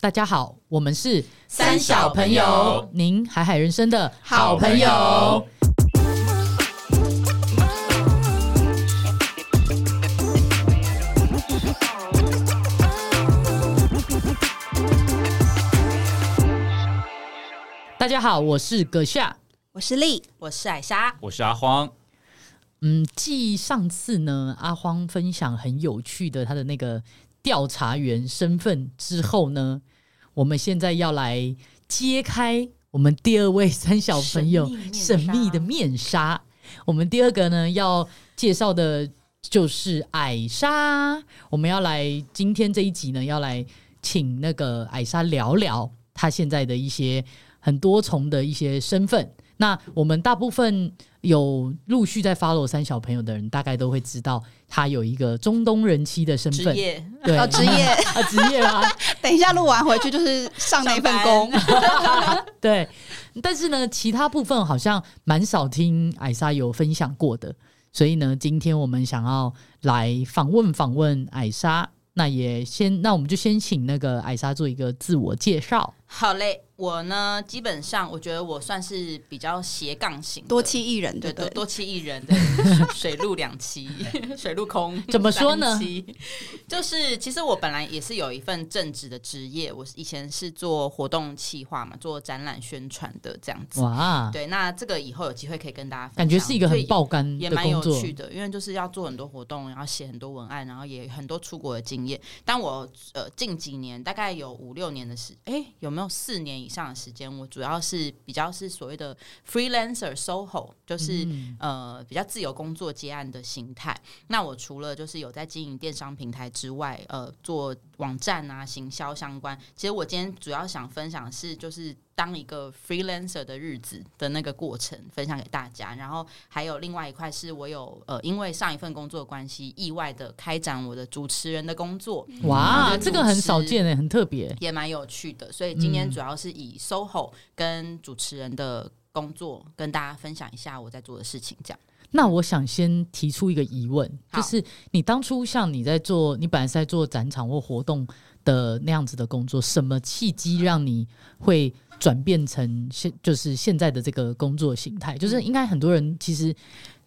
大家好，我们是三小朋友您海海人生的好朋友。大家好，我是葛夏。我是丽，我是艾莎，我是阿荒，嗯，继上次呢，阿荒分享很有趣的他的那个调查员身份之后呢，我们现在要来揭开我们第二位三小朋友神神秘面纱秘的面纱。我们第二个呢要介绍的就是艾莎，我们要来今天这一集呢要来请那个艾莎聊聊她现在的一些很多重的一些身份。那我们大部分有陆续在 follow 三小朋友的人，大概都会知道他有一个中东人妻的身份，业对，哦，职业，啊， 职业啦， 等一下录完回去 就是上那份工，对。但是呢，其他部分好像蛮少听艾莎有分享过的，所以呢，今天我们想要来访问访问艾莎。那也先，那我们就先请那个艾莎做一个自我介绍。好嘞，我呢，基本上我觉得我算是比较斜杠型的，多妻一人，对对不多对？多期一人对，水陆 两期，水陆空，怎么说呢三期？就是其实我本来也是有一份正职的职业，我是以前是做活动企划嘛，做展览宣传的这样子。哇，对，那这个以后有机会可以跟大家分享，感觉是一个啊所很以爆肝也的蛮工有作。趣的，因为就是要做很多活动，然后写很多文案，然后也很多出国的经验。但我呃近几年大概有五六年的时，哎、有没有四年以上的时间？我主要是比较是所谓的 freelancer soho，就是、嗯呃比较自由工作接案的形态。那我除了就是有在经营电商平台之外，呃，做网站啊、行销相关。其实我今天主要想分享的是，就是当一个 freelancer 的日子的那个过程，分享给大家。然后还有另外一块是我有呃，因为上一份工作的关系，意外的开展我的主持人的工作。哇，嗯这个很少见欸诶、很特别。也蛮有趣的，所以今天嗯主要是以 SOHO 跟主持人的工作跟大家分享一下我在做的事情，这样。那我想先提出一个疑问，好就是你当初像你在做，你本来是在做展场或活动的那样子的工作，什么契机让你会转变成现就是现在的这个工作形态？嗯就是应该很多人其实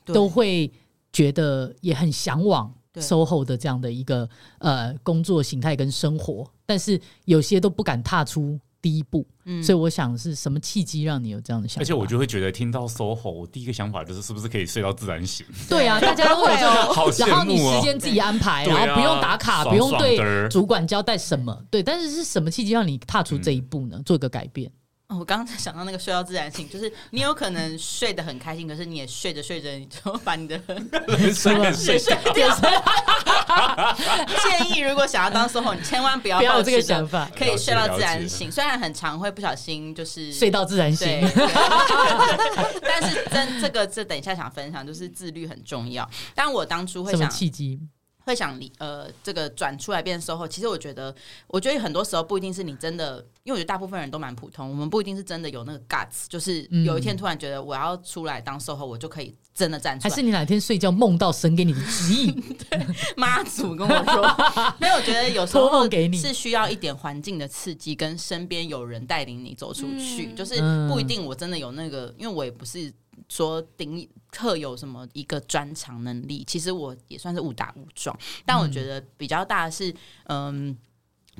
对都会觉得也很向往对 SOHO 的这样的一个呃工作形态跟生活，但是有些都不敢踏出第一步，嗯所以我想是什么契机让你有这样的想法？而且我就会觉得听到 SOHO，我第一个想法就是是不是可以睡到自然醒？对啊，大家都会哎有这种 好羡然后你慕时哦！间自己安排，对啊然后不用打卡，爽不用爽的对儿主管交代什么，对。但是是什么契机让你踏出这一步嗯呢？做一个改 变，哦，我刚刚才想到那个睡到自然醒，就是你有可能睡得很开心，可是你也睡着睡着，你就把你的 人生很睡睡掉。建议如果想要当 SOHO，你千万不要不要有抱这个持想着法，可以睡到自然醒，虽然很常会不小心就是睡到自然醒对，。 但是真这个这等一下想分享，就是自律很重要。但我当初会什么想契机？会想离呃这个转出来变 SOHO，其实我觉得，我觉得很多时候不一定是你真的，因为我觉得大部分人都蛮普通，我们不一定是真的有那个 guts，就是嗯有一天突然觉得我要出来当 SOHO，我就可以真的站出还来是。你哪天睡觉梦到神给你的旨意？ 妈祖跟我说， 没有，我觉得有时托候梦给你是需要一点环境的刺激，跟身边有人带领你走出去，嗯就是不一定我真的有那个，因为我也不是说定义特有什么一个专长能力，其实我也算是误打误撞，嗯但我觉得比较大的是，嗯。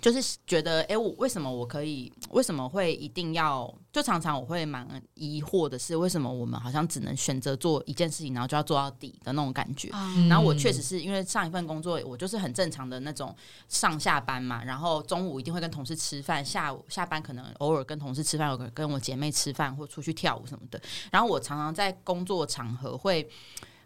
就是觉得，哎、我为什么我可以？为什么会一定要？就常常我会蛮疑惑的是，为什么我们好像只能选择做一件事情，然后就要做到底的那种感觉？嗯然后我确实是因为上一份工作，我就是很正常的那种上下班嘛，然后中午一定会跟同事吃饭，下午下班可能偶尔跟同事吃饭，偶尔跟我姐妹吃饭或出去跳舞什么的。然后我常常在工作场合会。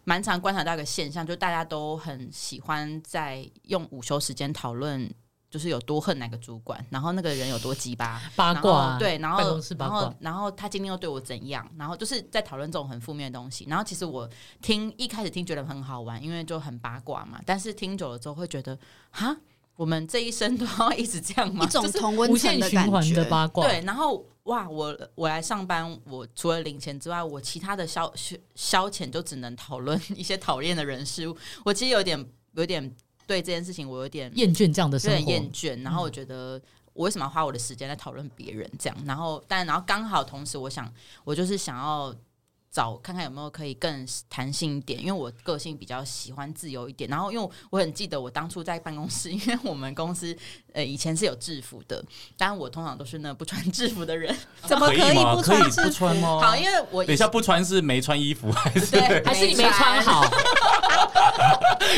蛮常观察到一个现象，就大家都很喜欢在用午休时间讨论，就是有多恨哪个主管，然后那个人有多鸡巴，八然卦啊后对，然办后公室八然卦后，然后他今天又对我怎样，然后就是在讨论这种很负面的东西。然后其实我听一开始听觉得很好玩，因为就很八卦嘛，但是听久了之后会觉得，哈，我们这一生都要一直这 样吗？一种就是同温无层限的循感环觉的。八卦。对，然后哇，我我来上班，我除了领钱之外，我其他的消消消遣就只能讨论一些讨厌的人事物。我其实有点有点对这件事情，我有点厌倦这样的有生点活嗯厌，倦，然后我觉得。我为什么要花我的时间在讨论别人这样？然后，但然后刚好同时，我想我就是想要找看看有没有可以更弹性一点，因为我个性比较喜欢自由一点。然后，因为我很记得我当初在办公室，因 为我们公司呃以前是有制服的，但我通常都是那不穿制服的人。怎么以吗？不可穿以不制服？穿吗？好，因为我等一下不穿是没穿衣服， 还是对，哦还是你没穿好，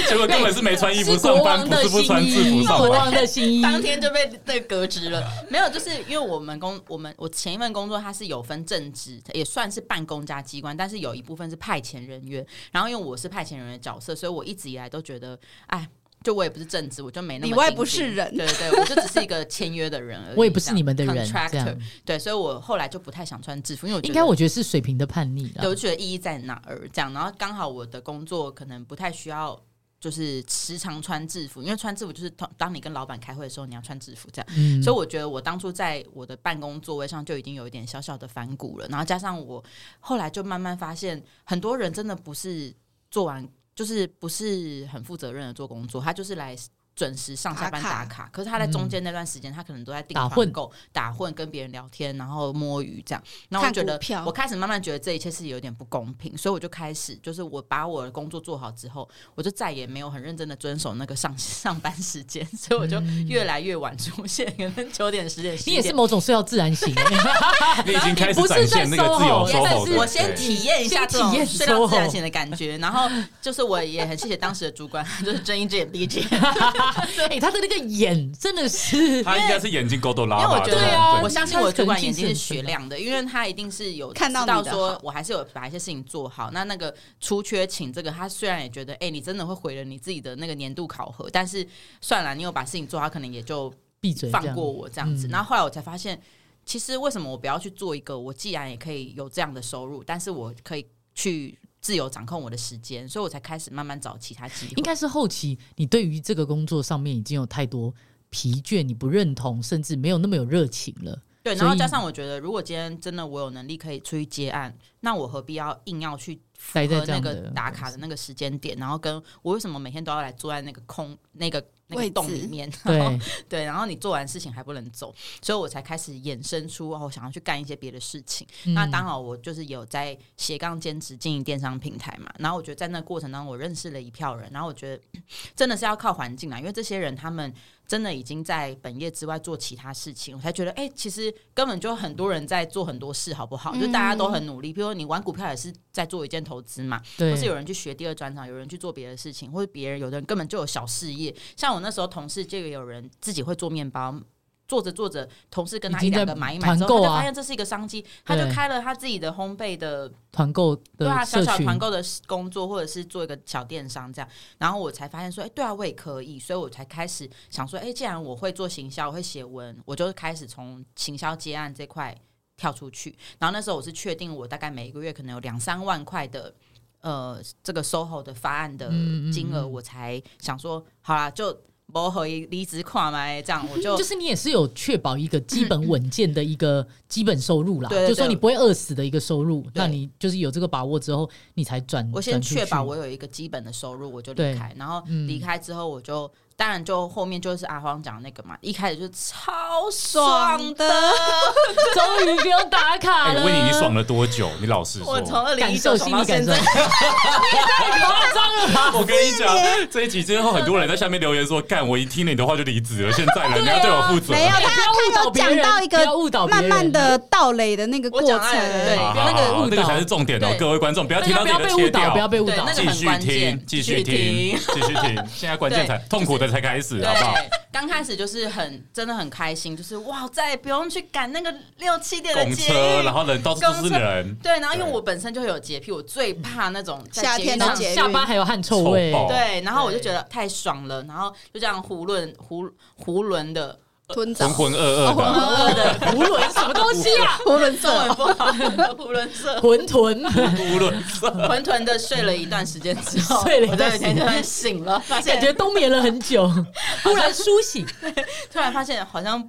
结果根本是没穿衣服上国班，王不的是不穿新制服衣，上国王班。的新衣。当天就被被革职了。没有，就是因为我们工，我们我前一份工作它是有分正职，也算是办公加机关，但是有一部分是派遣人员。然后因为我是派遣人员的角色，所以我一直以来都觉得，哎。就我也不是正职，我就没那么里外精不进是人对对对，我就只是一个签约的人而已。我也不是这 样你们的人，这 contractor 样对，所以我后来就不太想穿制服，因为我觉应得嗯该我觉得是水平的叛逆啊对，了我。就觉得意义在哪儿这样。然后刚好我的工作可能不太需要，就是时常穿制服，因为穿制服就是当当你跟老板开会的时候，你要穿制服这样。嗯所以我觉得我当初在我的办公座位上就已经有一点小小的反骨了，然后加上我后来就慢慢发现，很多人真的不是做完就是不是很负责任的做工作，他就是来。准时上下班打打卡卡，可是他在中间那段时间，他可能都在订打混团购、打混、跟别人聊天，然后摸鱼这样。那我就觉看得股票我开始慢慢觉得这一切是有点不公平，所以我就开始就是我把我的工作做好之后，我就再也没有很认真的遵守那个上 上班时间，所以我就越来越晚出现，可能九点十点。10你也是点某种睡到自然 哎醒，你已经开始展现那个自由收然后你不是在 SOHO，但口是的。我先对体验一下这种先体验睡之后到自然醒的感觉，然后就是我也很谢谢当时的主管， 就是睁一只眼闭一只眼，哎、他的那个眼真的是，他应该是眼睛勾都拉因为我吧？觉对得，啊我相信我主管眼睛是他雪可能亮的，因为他一定是有看到知你道的说好我还是有把一些事情做好。那那个出缺勤这个，他虽然也觉得，哎、你真的会毁了你自己的那个年度考核，但是算了，你有把事情做好，可能也就闭嘴，放过。我这样子。嗯然后后来我才发现，其实为什么我不要去做一个我既然也可以有这样的收入，但是我可以去自由掌控我的时间，所以我才开始慢慢找其他机会。应该是后期你对于这个工作上面已经有太多疲倦，你不认同，甚至没有那么有热情 了。对，所然后加以上我觉得，如果今天真的我有能力可以出去接案，那我何必要硬要去符待在这合那样个的打公卡的那个时间点？然后跟我为什么每天都要来坐在那个空那个那位个置洞里 面？然后对，对，然后你做完事情还不能走，所以我才开始衍生出哦，我想要去干一些别的事情。那嗯刚好我就是有在斜杠兼职经营电商平台嘛，然后我觉得在那过程当中，我认识了一票人，然后我觉得嗯真的是要靠环境啦，因为这些人他们真的已经在本业之外做其他事情，我才觉得哎、其实根本就很多人在做很多事，好不好？就大家都很努力，比如说你玩股票也是在做一件投资嘛，对，或是有人去学第二专长，有人去做别的事情，或者别人有的人根本就有小事业。像我那时候同事就有人自己会做面包，做着做着，同事跟他已经一在两个买一买之团后，购他就啊发现这是一个商机，他就对开了他自己的烘焙的团购对啊的小社小群，团购的工作，或者是做一个小电商这样。然后我才发现说，哎、对啊，我也可以，所以我才开始想说，哎、既然我会做行销，我会写文，我就开始从行销接案这块跳出去。然后那时候我是确定，我大概每一个月可能有两三万块的。呃，这个 SOHO 的发案的嗯嗯嗯金额，嗯我才想说，好啦，就磨合离职跨嘛，这样我就就是你也是有确保一个基本稳健的一个基本收入啦，对对对就说你不会饿死的一个收入，对那你就是有这个把握之后，你才转。我先转出确保去我有一个基本的收入，我就对离开。然后嗯离开之后，我就、当然就后面就是阿荒讲的那个嘛，一开始就超爽的。的，终于不用打卡哎，了。我问你，你爽了多久？你老实说。我从二零感一九受爽心到理现感受，在，夸张了吧？我跟你讲，这一集之后，很多人在下面留言说：“干，我一听了你的话就离职了，现在了，你要对我负责。”没有，他不要他误导有别人讲到一不要个误导别慢人慢的倒垒的那个过我讲到对程，好不要啊好好那个误导那个才是重点哦对，各位观众，不要大听家到不你要的被切误导，掉，不要被误对导那。个继很续关键听，继续继续听，继续听。现在关键才对痛苦的才开始，好不好？对，刚开始就是很真的很开心，就是哇，再也不用去赶那个六七点拱的捷车，运然。后人到处都是人，对，然后因为对我本身就有洁癖，我最怕那种在夏捷天运 的上捷运下班还有汗臭味臭，爆对，然后我就对觉得太爽了，然后就这样囫囵囫囫囵的吞枣浑浑噩噩的。饿的无论什么东西啊，囫囵中文色，不好，囫囵色，馄饨，无论 浑沌的睡了一段时间之后，睡了一我就段有时一间天突 然醒了，发现感觉冬眠了很久，突然苏醒。突然发现好像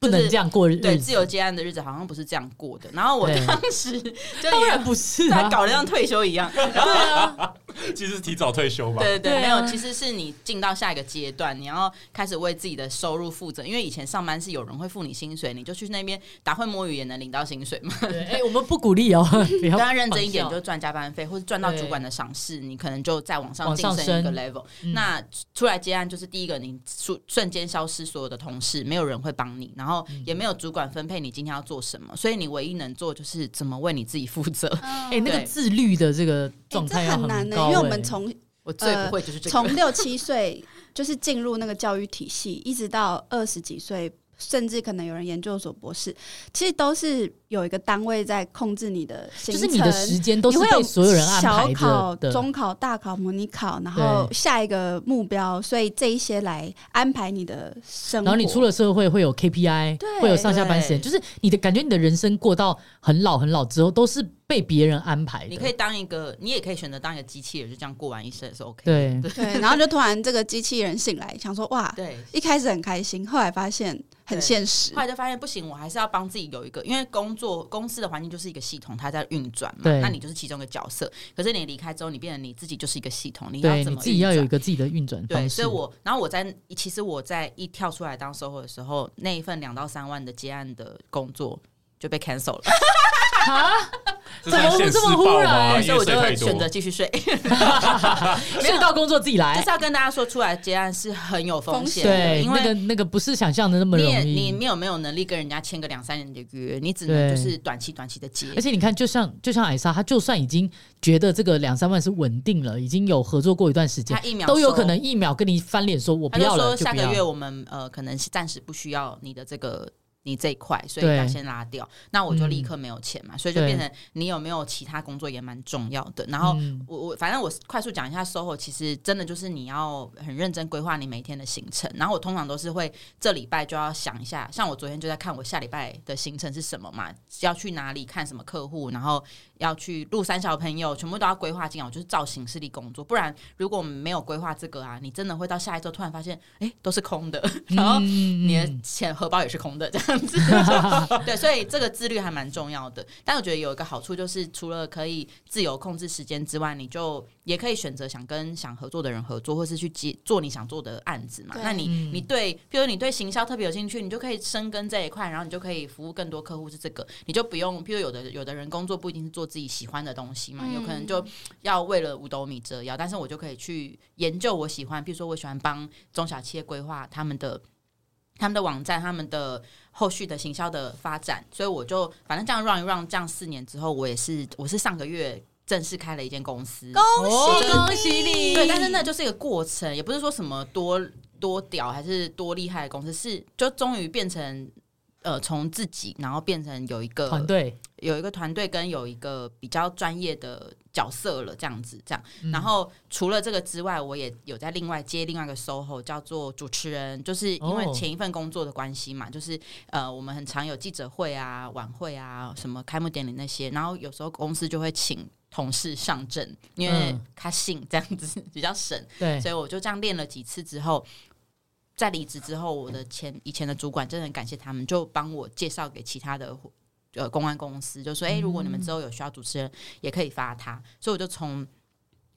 不能这样过日对子自。由接案的日子好像不是这样过的。然后我嗯对当时就当也然不是啊在，搞得像退休 一样，对啊，其实是提早退休吧。对对对对，没啊有，其实是你进到下一个阶段，你要开始为自己的收入负责，因为以前上班是有人会付你薪水，你就去那边打混摸鱼也能领到薪水嘛。对，哎，我们不鼓 励哦，不要当然认真一点，仿就效赚加班费，或者赚到对主管的赏识，你可能就再往上往上晋升一个升 level。嗯那出来接案就是第一个，你瞬瞬间消失所有的同事，没有人会帮你，然后也没有主管分配你今天要做什么，所以你唯一能做就是怎么为你自己负责。哎，那个对自律的这个这状态要很难高呢、哎因为我们从 我最不会就是这个从。六七岁就是进入那个教育体系，一直到二十几岁，甚至可能有人研究所博士，其实都是有一个单位在控制你的行就程，是你的时间都你是会被有所有人安排小着考、的，中考、大考、模拟考，然后对下一个目标，所以这一些来安排你的生活。然后你出了社会会有 KPI，对会有上下班时间，对就是你的感觉，你的人生过到很老很老之后，都是被别人安排的。你可以当一个，你也可以选择当一个机器人，就这样过完一生也是 OK 的。对，对，然后就突然这个机器人醒来，想说哇，对，一开始很开心，后来发现很对现实后。来就发现不行，我还是要帮自己有一个，因为工作公司的环境就是一个系统，它在运转嘛对，那你就是其中一个角色。可是你离开之后，你变成你自己就是一个系统，你要对，怎你么自己要有运一转个自己的运转方对，式。所 以我，然后我在，其实我在一跳出来当售后的时候，那一份两到三万的接案的工作就被 cancel 了，这算现世怎么会这么忽报吗？然啊 所因以为我睡就太选多择。继 续睡。隧道工作自己就来是，要跟大家说，出来接案是很有风险的，对，因为那个那个不是想象的那么你容也你易。没有没有能力跟人家签个两三年的约，你只能就对是短期短期的接。而且你看，就像就像艾莎，她就算已经觉得这个两三万是稳定了，已经有合作过一段时间她一，秒都有收可能一秒跟你翻脸说“我他不就要了”，说就下不个要月。我们呃可能是暂时不需要你的这个你这一块，所以对要先拉掉。那我就嗯立刻没有钱嘛，所以就对变成你有没有其他工作也蛮重要的。然后嗯我我反正我快速讲一下 SOHO，其实真的就是你要很认真规划你每天的行程。然后我通常都是会这礼拜就要想一下，像我昨天就在看我下礼拜的行程是什么嘛，要去哪里看什么客户，然后要去录三小朋友，全部都要规划进来。我就是造型视力工作，不然如果我们没有规划这个啊，你真的会到下一周突然发现，哎、都是空的， 然后嗯你的钱荷包也是空的，这样子。对，所以这个自律还蛮重要的。但我觉得有一个好处就是，除了可以自由控制时间之外，你就也可以选择想跟想合作的人合作，或是去接做你想做的案子嘛。对那你嗯你对，譬如你对行销特别有兴趣，你就可以深耕这一块，然后你就可以服务更多客户是这个，你就不用，譬如有的有的人工作不一定是做自己喜欢的东西嘛，嗯有可能就要为了五斗米折腰，但是我就可以去研究我喜欢，比如说我喜欢帮中小企业规划他们的。他们的网站，他们的后续的行销的发展，所以我就反正这样 run 一 run，这样四年之后，我也是我是上个月正式开了一间公司，恭哦喜恭喜你对，但是那就是一个过程，也不是说什么多多屌还是多厉害的公司，是就终于变成呃从自己，然后变成有一个团队，有一个团队跟有一个比较专业的角色了，这样子这样。嗯呃然后除了这个之外，我也有在另外接另外一个 SOHO，叫做主持人，就是因为哦前一份工作的关系嘛，就是呃，我们很常有记者会啊、晚会啊、什么开幕典礼那些，然后有时候公司就会请同事上阵，因为嗯他信这样子 比较省，对，所以我就这样练了几次之后。在离职之后，我的前以前的主管真的很感谢他们，就帮我介绍给其他的呃公关公司，就说：“哎、如果嗯你们之后有需要主持人，也可以发他。”所以我就从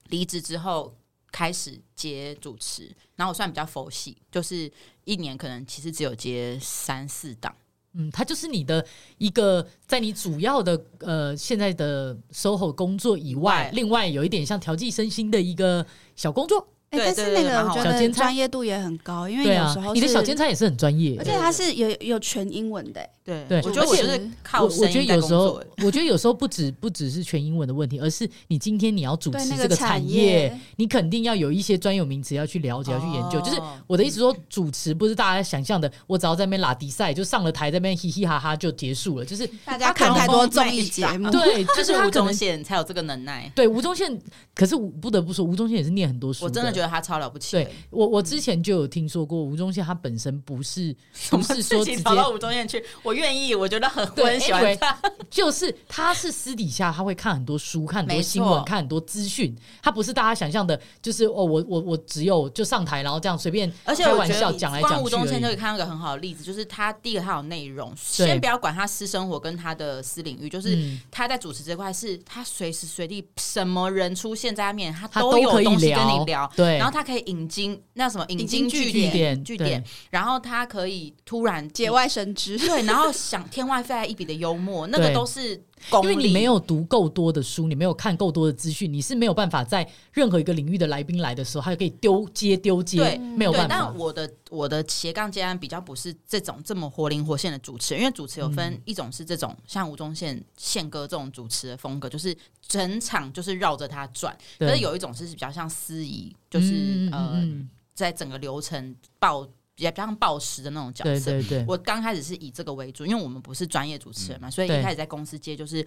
离职之后开始接主持，然后我算比较佛系，就是一年可能其实只有接三四档。嗯，它就是你的一个呃在你主要的呃现在的 SOHO 工作以外外，另外有一点像调剂身心的一个小工作。哎、对但对是对那个蛮我好觉小得兼差专业度也很高，因为对有啊时候，你的是小兼差也是很专业而。且它是有有全英文的、哎对对我觉得我而就且是我靠我声觉得音在有工时作候。，我觉得有时候不止不只是全英文的问题，而是你今天你要主对持那这个个产业，业，你肯定要有一些专有名词要去了解、要去研究。就是哦我的意思说，主持不是大家想象的，我只要在那边拉迪赛就上了台，在那边嘻嘻哈哈就结束了。就是大家看太多综艺节目，对，就 就是是他吴可宗能宪才有这个能耐。对吴宗宪，可是我不得不说，吴宗宪也是念很多书，我真的觉得他超了不起的。对我，我之前就有听说过吴宗宪，他本身不是不我们是说直自己接跑到吴宗宪去，我愿意，我觉得很对我很喜欢 anyway， 他。就是他是私底下他会看很多书、看很多没新闻、错看很多资讯，他不是大家想象的，就是哦，我我我只有就上台，然后这样随便而且开我玩觉得笑讲来光讲吴去宗宪就而可以已。看到一个很好的例子，就是他第一个他有内容，先不要管他私生活跟他的私领域，就是嗯，他在主持这块是他随时随地什么人出现在他面前，他他都有可以东西跟你聊聊，。对，然后他可以引经，那什么引引经经据据典典，据典，然后他可以突然节外生 枝。对，然后想天外飞来一笔的幽默，那对个都是功因力，为你没有读够多的书，你没有看够多的资讯，你是没有办法在任何一个领域的来宾来的时候，他可以丢接丢接，对没有对办，法但。我的我的斜杠接案比较不是这种这么活灵活现的主持人，因为主持有分嗯一种是这种、像吴宗宪、宪哥这种主持的风格，就是整场就是绕着他转；可对是有一种是比较像司仪，就是、嗯呃，嗯在整个流程报比较比较像报时的那种角对色。对对，我刚开始是以这个为主，因为我们不是专业主持人嘛，所以嗯对一开始在公司接就是。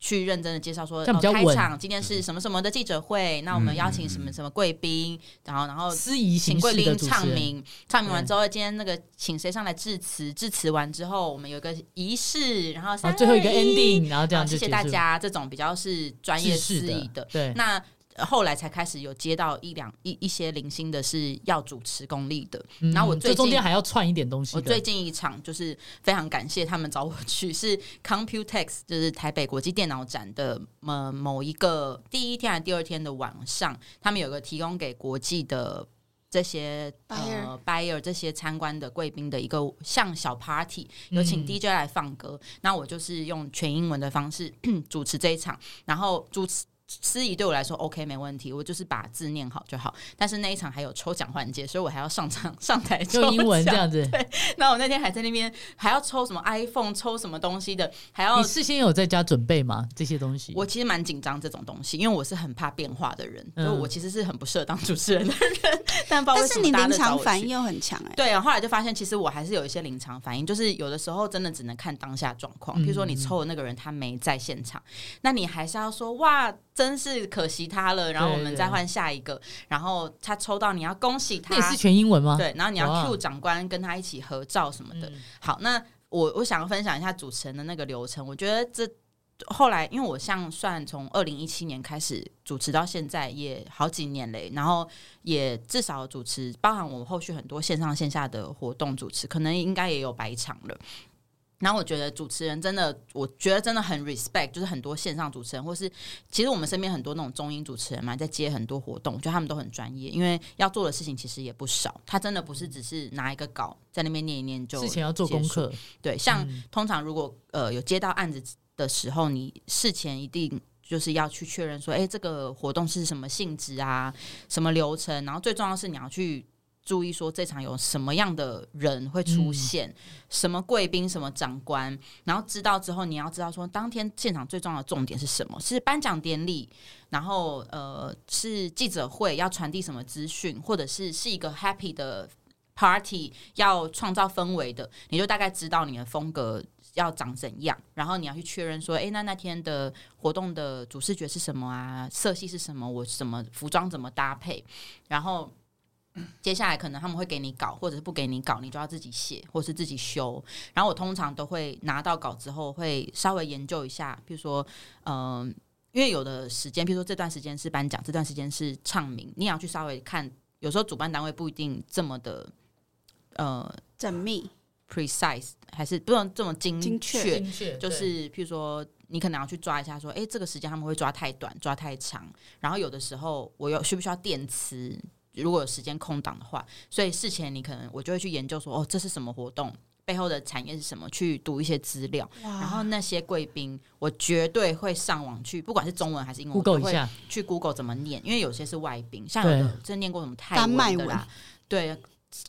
去认真的介绍说，这样比较哦、开稳场今天是什么什么的记者会，那我们邀请嗯什嗯么嗯什么贵宾，然后然后司仪形请贵式的宾主唱持人，名，唱名完之后，今天那个请谁上来致辞？致辞完之后，我们有一个仪式，然后然三哦后最后一个二一 ending，然后这样好就谢结谢束大家。这种比较是专业制式司仪的的，，对，那呃后来才开始有接到一两一一些零星的是要主持功力的。嗯然后我这最近中间还要串一点东西我的。最近一场就是非常感谢他们找我去， 是 Computex，就是台北国际电脑展的呃某一个第一天还是第二天的晚上，他们有个提供给国际的这些呃 buyer 这些参观的贵宾的一个像小 party，有请嗯 DJ 来放歌，那我就是用全英文的方式 主持这一场，然后主持。司仪对我来说 OK 没问题，我就是把字念好就好。但是那一场还有抽奖环节，所以我还要上场上台抽 就英文这奖样子， 那我那天还在那边还要抽什么 iPhone，抽什么东西的，还要你事先有在家准备吗？这些东西，我其实蛮紧张这种东西，因为我是很怕变化的人，嗯就我其实是很不适合当主持人的人。但不知道但为什是么你大家临都找场我反去应又很强哎、对啊，后来就发现其实我还是有一些临场反应，就是有的时候真的只能看当下状况。嗯譬如说你抽的那个人他没在现场，那你还是要说哇，真是可惜他了，然后我对们对再换下一个，然后他抽到你要恭喜他那也，是全英文吗？对，然后你哇要 Q 长官跟他一起合照什么的。嗯好，那我我想要分享一下主持人的那个流程。我觉得这后来，因为我像算从二零一七年开始主持到现在也好几年嘞，然后也至少主持，包含我后续很多线上线下的活动主持，可能应该也有百场了。然后我觉得主持人真的，我觉得真的很 respect，就是很多线上主持人，或是其实我们身边很多那种中英主持人嘛，在接很多活动，我觉得他们都很专业，因为要做的事情其实也不少。他真的不是只是拿一个稿在那边念一念就事前要做功结束课，对，像嗯通常如果呃有接到案子的时候，你事前一定就是要去确认说，哎、这个活动是什么性质啊，什么流程，然后最重要的是你要去。注意说这场有什么样的人会出现，什么贵宾、什么长官，然后知道之后，你要知道说当天现场最重要的重点是什么？是颁奖典礼，然后呃是记者会要传递什么资讯，或者是是一个 happy 的 party 要创造氛围的，你就大概知道你的风格要长怎样，然后你要去确认说，诶，哎那那天的活动的主视觉是什么啊？色系是什么？我什么服装怎么搭配？然后。 接下来可能他们会给你稿，或者是不给你稿，你就要自己写，或是自己修。然后我通常都会拿到稿之后，会稍微研究一下，比如说，嗯、因为有的时间，比如说这段时间是颁奖，这段时间是唱名，你也要去稍微看。有时候主办单位不一定这么的，呃，缜密， precise 还是不用这么精精确确，精确就是譬如说，你可能要去抓一下，说，哎、这个时间他们会抓太短，抓太长。然后有的时候，我有需不需要电池？如果有时间空档的话，所以事前你可能我就会去研究说，哦，这是什么活动，背后的产业是什么，去读一些资料。哇然后那些贵宾，我绝对会上网去，不管是中文还是英文，我，Google 都一会下，去 Google 怎么念，因为有些是外宾，像有的真的念过什么泰丹麦文的文啦，对，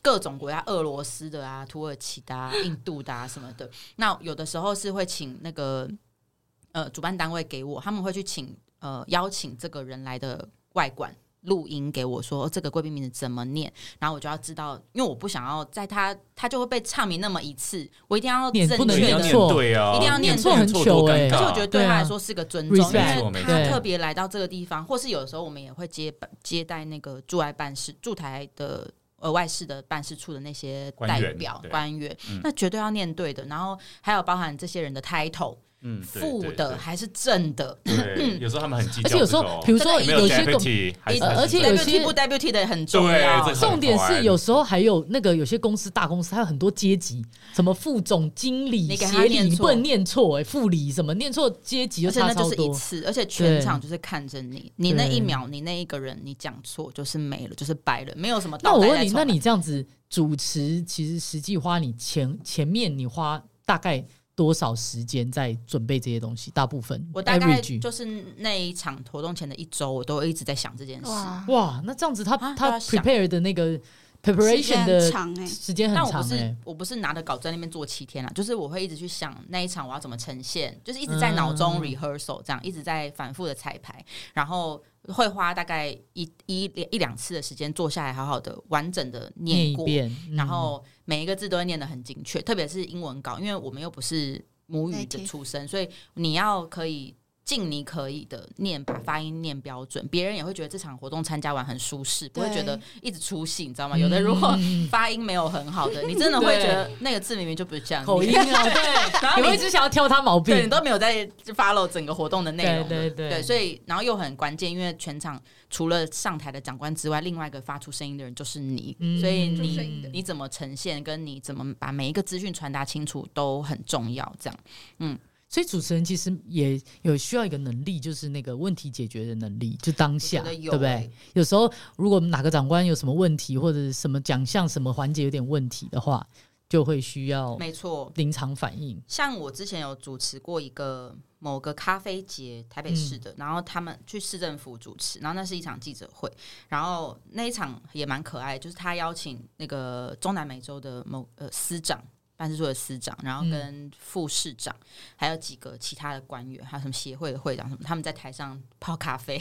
各种国家，俄罗斯的啊、土耳其的、啊、印度的啊什么的。那有的时候是会请那个呃主办单位给我，他们会去请呃邀请这个人来的外馆。录音给我说、哦这个贵宾名字怎么念，然后我就要知道，因为我不想要在他他就会被唱名那么一次，我一定要念正不能对你确要念的。念错对啊，一定要念错很多糗尴欸尬所以我觉得对对啊他来说是个尊重，因 Respect 没错没为错他特别来到这个地方，或是有的时候我们也会接接待那个驻外办事驻台的呃外事的办事处的那些官代表员对官员嗯，那绝对要念对的。然后还有包含这些人的 title，嗯对负对的还是正的，对对有时候他们很计 而且较这个哦，有时候，比如说没真的有有些公 deputy，还是呃而且有些 deputy 不 deputy 的很重对要这。个重点是有时候还有那个有些公司大公司，它有很多阶级，什么副总、经理、你给他协理，念错你不能念错哎、副理什么念错阶级就而且差那超就是一多。次，而且全场就是看着你，你那一秒，你那一个人，你讲错就是没了，就是白了，没有什么那倒我带再重来。问你，那你这样子主持，其实实际花你前前面你花大概多少时间在准备这些东西？大部分我大概 average 就是那一场活动前的一周，我都一直在想这件事。哇，哇，那这样子他啊都他要想 prepare 的那个时间 preparation 很的长哎、时间很但我长不是、哎、我不是拿着稿在那边做七天啊，就是我会一直去想那一场我要怎么呈现，就是一直在脑中嗯 rehearsal 这样，一直在反复的彩排，然后会花大概一一一两次的时间坐下来，好好的完整的念念一过，遍，然嗯后每一个字都会念得很精确，特别是英文稿，因为我们又不是母语的 Native 出身，所以你要可以尽你可以的念，把发音念标准，别人也会觉得这场活动参加完很舒适，不会觉得一直出戏，你知道吗？有的如果嗯发音没有很好的，你真的会觉得那个字明明就不是这样口音念 啊，对，然后你你会一直想要挑他毛病对，你都没有在 follow 整个活动的内容的，对对对所以然后又很关键，因为全场除了上台的长官之外，另外一个发出声音的人就是你，嗯所以就是声音你的你怎么呈现，跟你怎么把每一个资讯传达清楚都很重要。这样，所以主持人其实也有需要一个能力，就是那个问题解决的能力，就当下，我觉得对有不对欸？有时候如果哪个长官有什么问题，或者什么奖项、什么环节有点问题的话，就会需要没错。临场反应。像我之前有主持过一个某个咖啡节，台北市嗯的，然后他们去市政府主持，然后那是一场记者会，然后那一场也蛮可爱，就是他邀请那个中南美洲的某呃司长。办事处的司长，然后跟副市长，嗯还有几个其他的官员，还有什么协会的会长什么，他们在台上泡咖啡，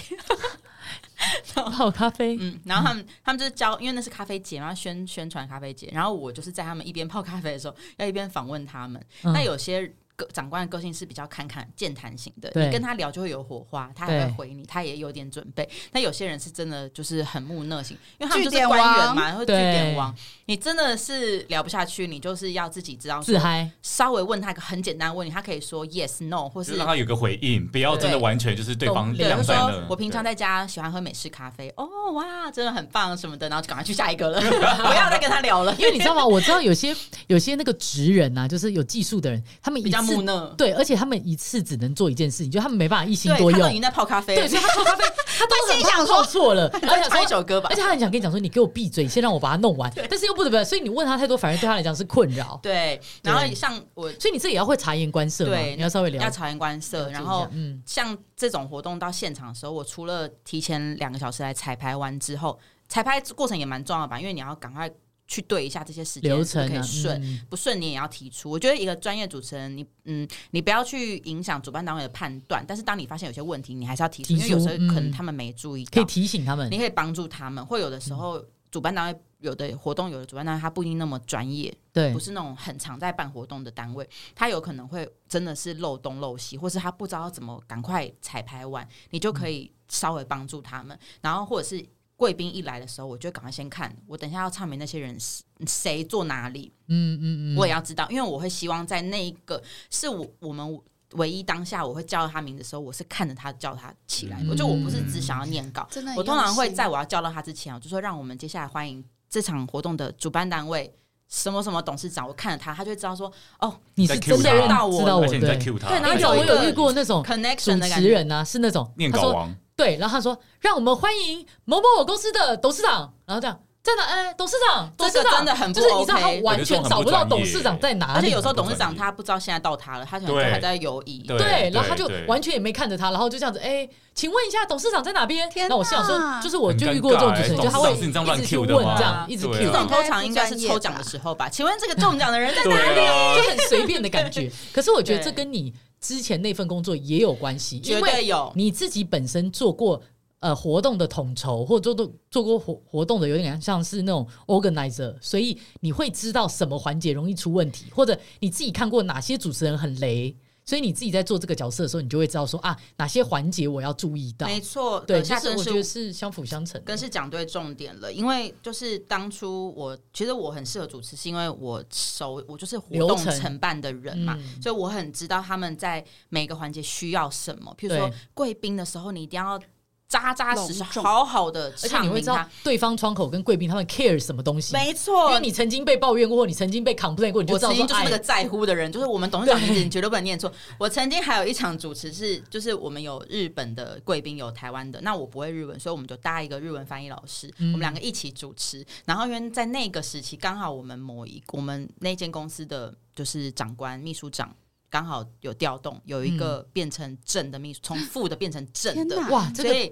泡咖啡，嗯，然后他们、他们就是教，因为那是咖啡节嘛，宣宣传咖啡节，然后我就是在他们一边泡咖啡的时候，要一边访问他们。嗯那有些个长官的个性是比较侃侃健谈型的，对你跟他聊就会有火花，他对还会回你，他也有点准备。那有些人是真的就是很木讷型，因为他们就据是点官员王嘛，然后据对点王，你真的是聊不下去，你就是要自己知道自说，嗨，稍微问他一个很简单的问题，他可以说 yes no 或就是是让他有个回应，不要真的完全就是对方对对，晾就在说那。我平常在家喜欢喝美式咖啡，哦哇，真的很棒什么的，然后就赶快去下 一个了，不要再跟他聊了，因为你知道吗？我知道有些有些那个职人啊，就是有技术的人，他们一比较木次讷，对，而且他们一次只能做一件事情，就他们没办法一心对，多他都用已。经在泡咖啡对，了，所以他泡 咖啡，他都很心怕想泡说错了，而且他唱说一首歌吧而。且他很想跟你讲说，你给我闭嘴，先让我把它弄完。但是又不得不，所以你问他太多，反而对他来讲是困扰。对，然后对像我所以你这也要会察言观色嘛，对你要稍微了要解察言观一色，下然后嗯，像这种活动到现场的时候，我除了提前两个小时来彩排完之后，彩排过程也蛮重要吧，因为你要赶快去对一下这些时间流是不程是可啊以顺，嗯不顺你也要提出。我觉得一个专业主持人，你嗯，你不要去影响主办单位的判断，但是当你发现有些问题，你还是要提出，提因出为有时候可嗯能他们没注意可到，以提醒他们你。可以帮助他们，或有的时候主办单位。有的活动，有的主办单位他不一定那么专业，对不，是那种很常在办活动的单位，他有可能会真的是漏东漏西，或是他不知道怎么赶快彩排完，你就可以稍微帮助他们，然后或者是。贵宾一来的时候，我就赶快先看，我等一下要唱名那些人是谁坐哪里，嗯嗯嗯，我也要知道，因为我会希望在那一个是我我们唯一当下我会叫他名的时候，我是看着他叫他起来的，嗯我就我不是只想要念稿，真的很我通常用会心在我要叫到他之前，我就说让我们接下来欢迎这场活动的主办单位什么什么董事长。我看了他，他就会知道说哦你是真的在 cue 认他知道我而对。且你在 cue 他，对然后你就知道我有一个有遇过那种哦主，connection 的感持觉。人啊，是那种念他稿说王，对，然后他说让我们欢迎某某公司的董事长，然后这样在哪？哎，董事长，董事这个长真的很不就是你知道 OK 他完全找不到董事欸长在哪而且里。有时候董事长他不知道现在到他了，他可能就对还在犹疑。对对，然后他就对完全也没看着他，然后就这样子，哎，请问一下董事长在哪边？天哪那我心想说，就是我就遇过这种主持人，很尴尬哎就他会董事长是你这样乱一直去 cue 问的吗这样，一直对啊 Q，这种通常应该是抽奖的时候吧？请问这个中奖的人在哪？对啊，就很随便的感觉。可是我觉得这对跟你之前那份工作也有关系，因绝为对有，你自己本身做过呃活动的统筹，或做做做过活活动的，有点像是那种 organizer，所以你会知道什么环节容易出问题，或者你自己看过哪些主持人很雷。所以你自己在做这个角色的时候，你就会知道说啊，哪些环节我要注意到。没错，对，阁就下是真我是觉得是相辅相成的。更是讲对重点了，因为就是当初我其实我很适合主持，是因为我熟我就是活流动程承办的人嘛，嗯所以我很知道他们在每个环节需要什么。譬如说对贵宾的时候，你一定要扎扎实实、隆重好好的而且唱你会明知道它。对方窗口跟贵宾他们 care 什么东西，没因错为，你曾经被抱怨过，你曾经被 complain 过，你就我知道曾说经就是哎那个在乎的人，就是我们董事长名字你绝对不能念错。我曾经还有一场主持是，就是我们有日本的贵宾，有台湾的，那我不会日文，所以我们就搭一个日文翻译老师，嗯我们两个一起主持。然后因为在那个时期，刚好我们某一我们那间公司的就是长官秘书长。刚好有调动，有一个嗯变成正的秘书，从副的变成正天的，哪，哎哇，这所个以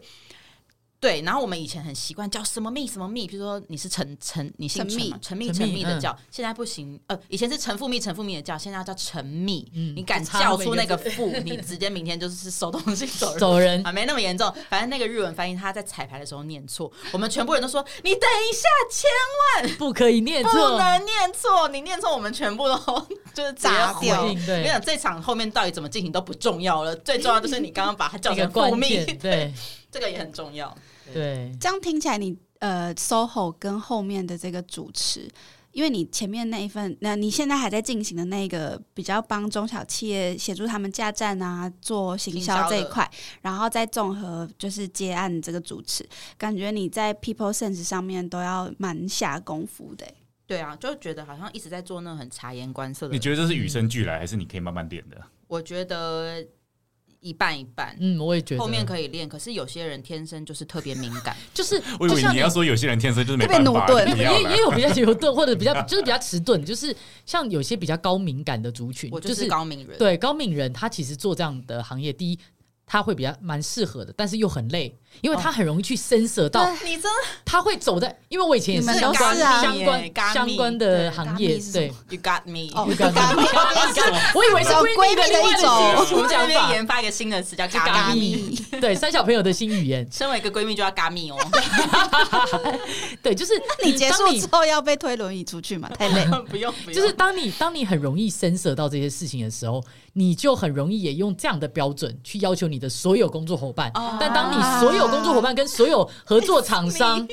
对，然后我们以前很习惯叫什么蜜什么蜜，比如说你是陈陈，你姓陈陈蜜嘛，陈蜜陈陈蜜蜜嗯的叫，现在不行，呃，以前是陈富蜜陈富蜜的叫，现在要叫陈蜜，嗯你敢差叫每出个那个字富，你直接明天就是收东西走人。走人啊，没那么严重。反正那个日文翻译他在彩排的时候念错，我们全部人都说你等一下，千不可以念不错，能念错，你念错我们全部都 就是直接砸毁掉对我跟你讲，这场后面到底怎么进行都不重要了，最重要就是你刚刚把它叫一个成富关蜜键，，对这个也很重要。对，这样听起来你，呃，SOHO 跟后面的这个主持，因为你前面那一份，那你现在还在进行的那个比较帮中小企业协助他们架站啊，做行销这一块，然后再综合就是接案这个主持，感觉你在 People Sense 上面都要蛮下功夫的欸、对啊，就觉得好像一直在做那种很察言观色的。你觉得这是与生俱来，还是你可以慢慢练的？我觉得一半一半，嗯，我也觉得后面可以练，可是有些人天生就是特别敏感。就是我以就为像你要说有些人天生就是没特别办法，努顿就没有不要也也了。有 比较牛顿或者比较就是比较迟钝，就是像有些比较高敏感的族群，我就就是是高敏人，对高敏人，他其实做这样的行业，第一他会比较蛮适合的，但是又很累，因为他很容易去深涉到，你真的他会走在，因为我以前也你们相都是关啊相耶关咖相蜜关的对行咖业蜜是，对什。 you got me。哦你干嘛咖你干嘛我以为是找闺蜜闺蜜的另外一种 什么在那讲边法？研发一个新的词叫是嘎嘎嘎蜜。蜜，对，三小朋友的新语言，身为一个闺蜜就要嘎蜜哦，对，就是那你结当束之后要被推轮椅出去嘛？太累。不用不用，就是当你当你很容易深涉到这些事情的时候，你就很容易也用这样的标准去要求你的所有工作伙伴。啊但当你所有工作伙伴跟所有合作厂商，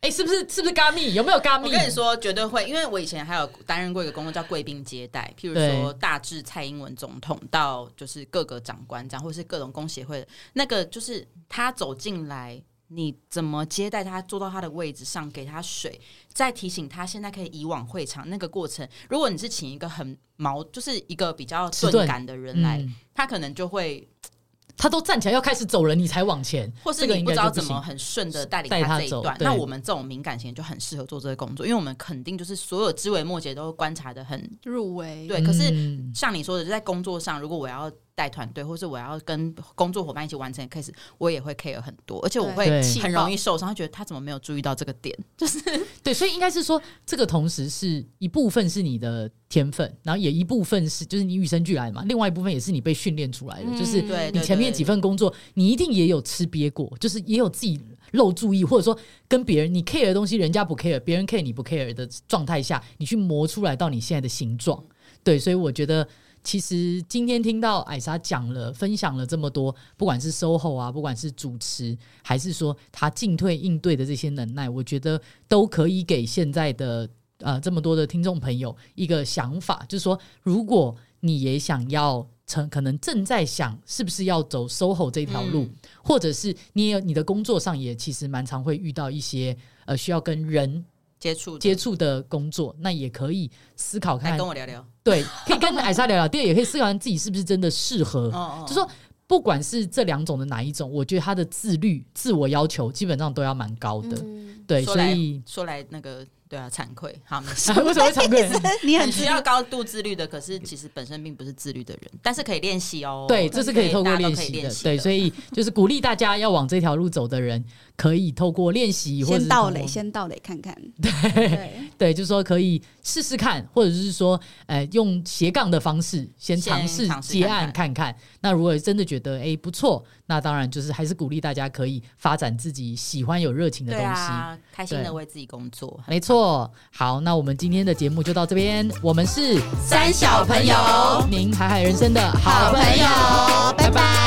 哎、是不是是不是咖蜜？有没有咖我蜜？跟你说，绝对会，因为我以前还有担任过一个工作叫贵宾接待，譬如说大至蔡英文总统到就是各个长官这样，或是各种工协会的那个，就是他走进来。你怎么接待他？坐到他的位置上，给他水，再提醒他现在可以移往会场。那个过程，如果你是请一个很毛，就是一个比较迟钝钝感的人来，嗯他可能就会，他都站起来要开始走了，你才往前，或是这个你应不该知就道不怎么行很顺的带领带他这一走段。对那我们这种敏感型就很适合做这个工作，因为我们肯定就是所有枝微末节都观察的很入围，对，可是嗯像你说的，就在工作上，如果我要带团队，或是我要跟工作伙伴一起完成 case，我也会 care 很多，而且我会对气很爆容易受伤，会觉得他怎么没有注意到这个点？对，所以应该是说，这个同时是一部分是你的天分，然后也一部分是就是你与生俱来嘛，另外一部分也是你被训练出来的，就是嗯对，你前面几份工作，你一定也有吃瘪过，就是也有自己漏注意，或者说跟别人你 care 的东西，人家不 care，别人 care 你不 care 的状态下，你去磨出来到你现在的形状。对，所以我觉得其实今天听到艾莎讲了、分享了这么多，不管是 SOHO 啊，不管是主持，还是说他进退应对的这些能耐，我觉得都可以给现在的呃这么多的听众朋友一个想法，就是说，如果你也想要成，可能正在想是不是要走 SOHO 这条路，嗯或者是你也有你的工作上也其实蛮常会遇到一些呃需要跟人接触的接触的工作，那也可以思考看来看哎跟我聊聊，对，可以跟艾莎聊聊。第二，也可以思考自己是不是真的适 合。哦嗯就说不管是这两种的哪一种，我觉得他的自律、自我要求基本上都要蛮高的。嗯对，说所来以说来那个对啊，惭愧，好，没事。 为什么会惭愧？你很很需要高度自律的，可是其实本身并不是自律的人，但是可以练习哦。对，这是可以透过大家练都可以习练的。习对，所以以就是鼓励大家要往这条路走的人，可以透过练习或者先是透到过垒，先到垒看看。对，对，就是说可以试试看，或者是说，呃，用斜杠的方式先先尝试尝试接看案看看。那如果真的觉得哎不错，那当然就是还是鼓励大家可以发展自己喜欢有热情的对东西。啊，开心对的为自己工作，没错，好，那我们今天的节目就到这边，我们是三小朋友您海海人生的好好朋友，拜拜。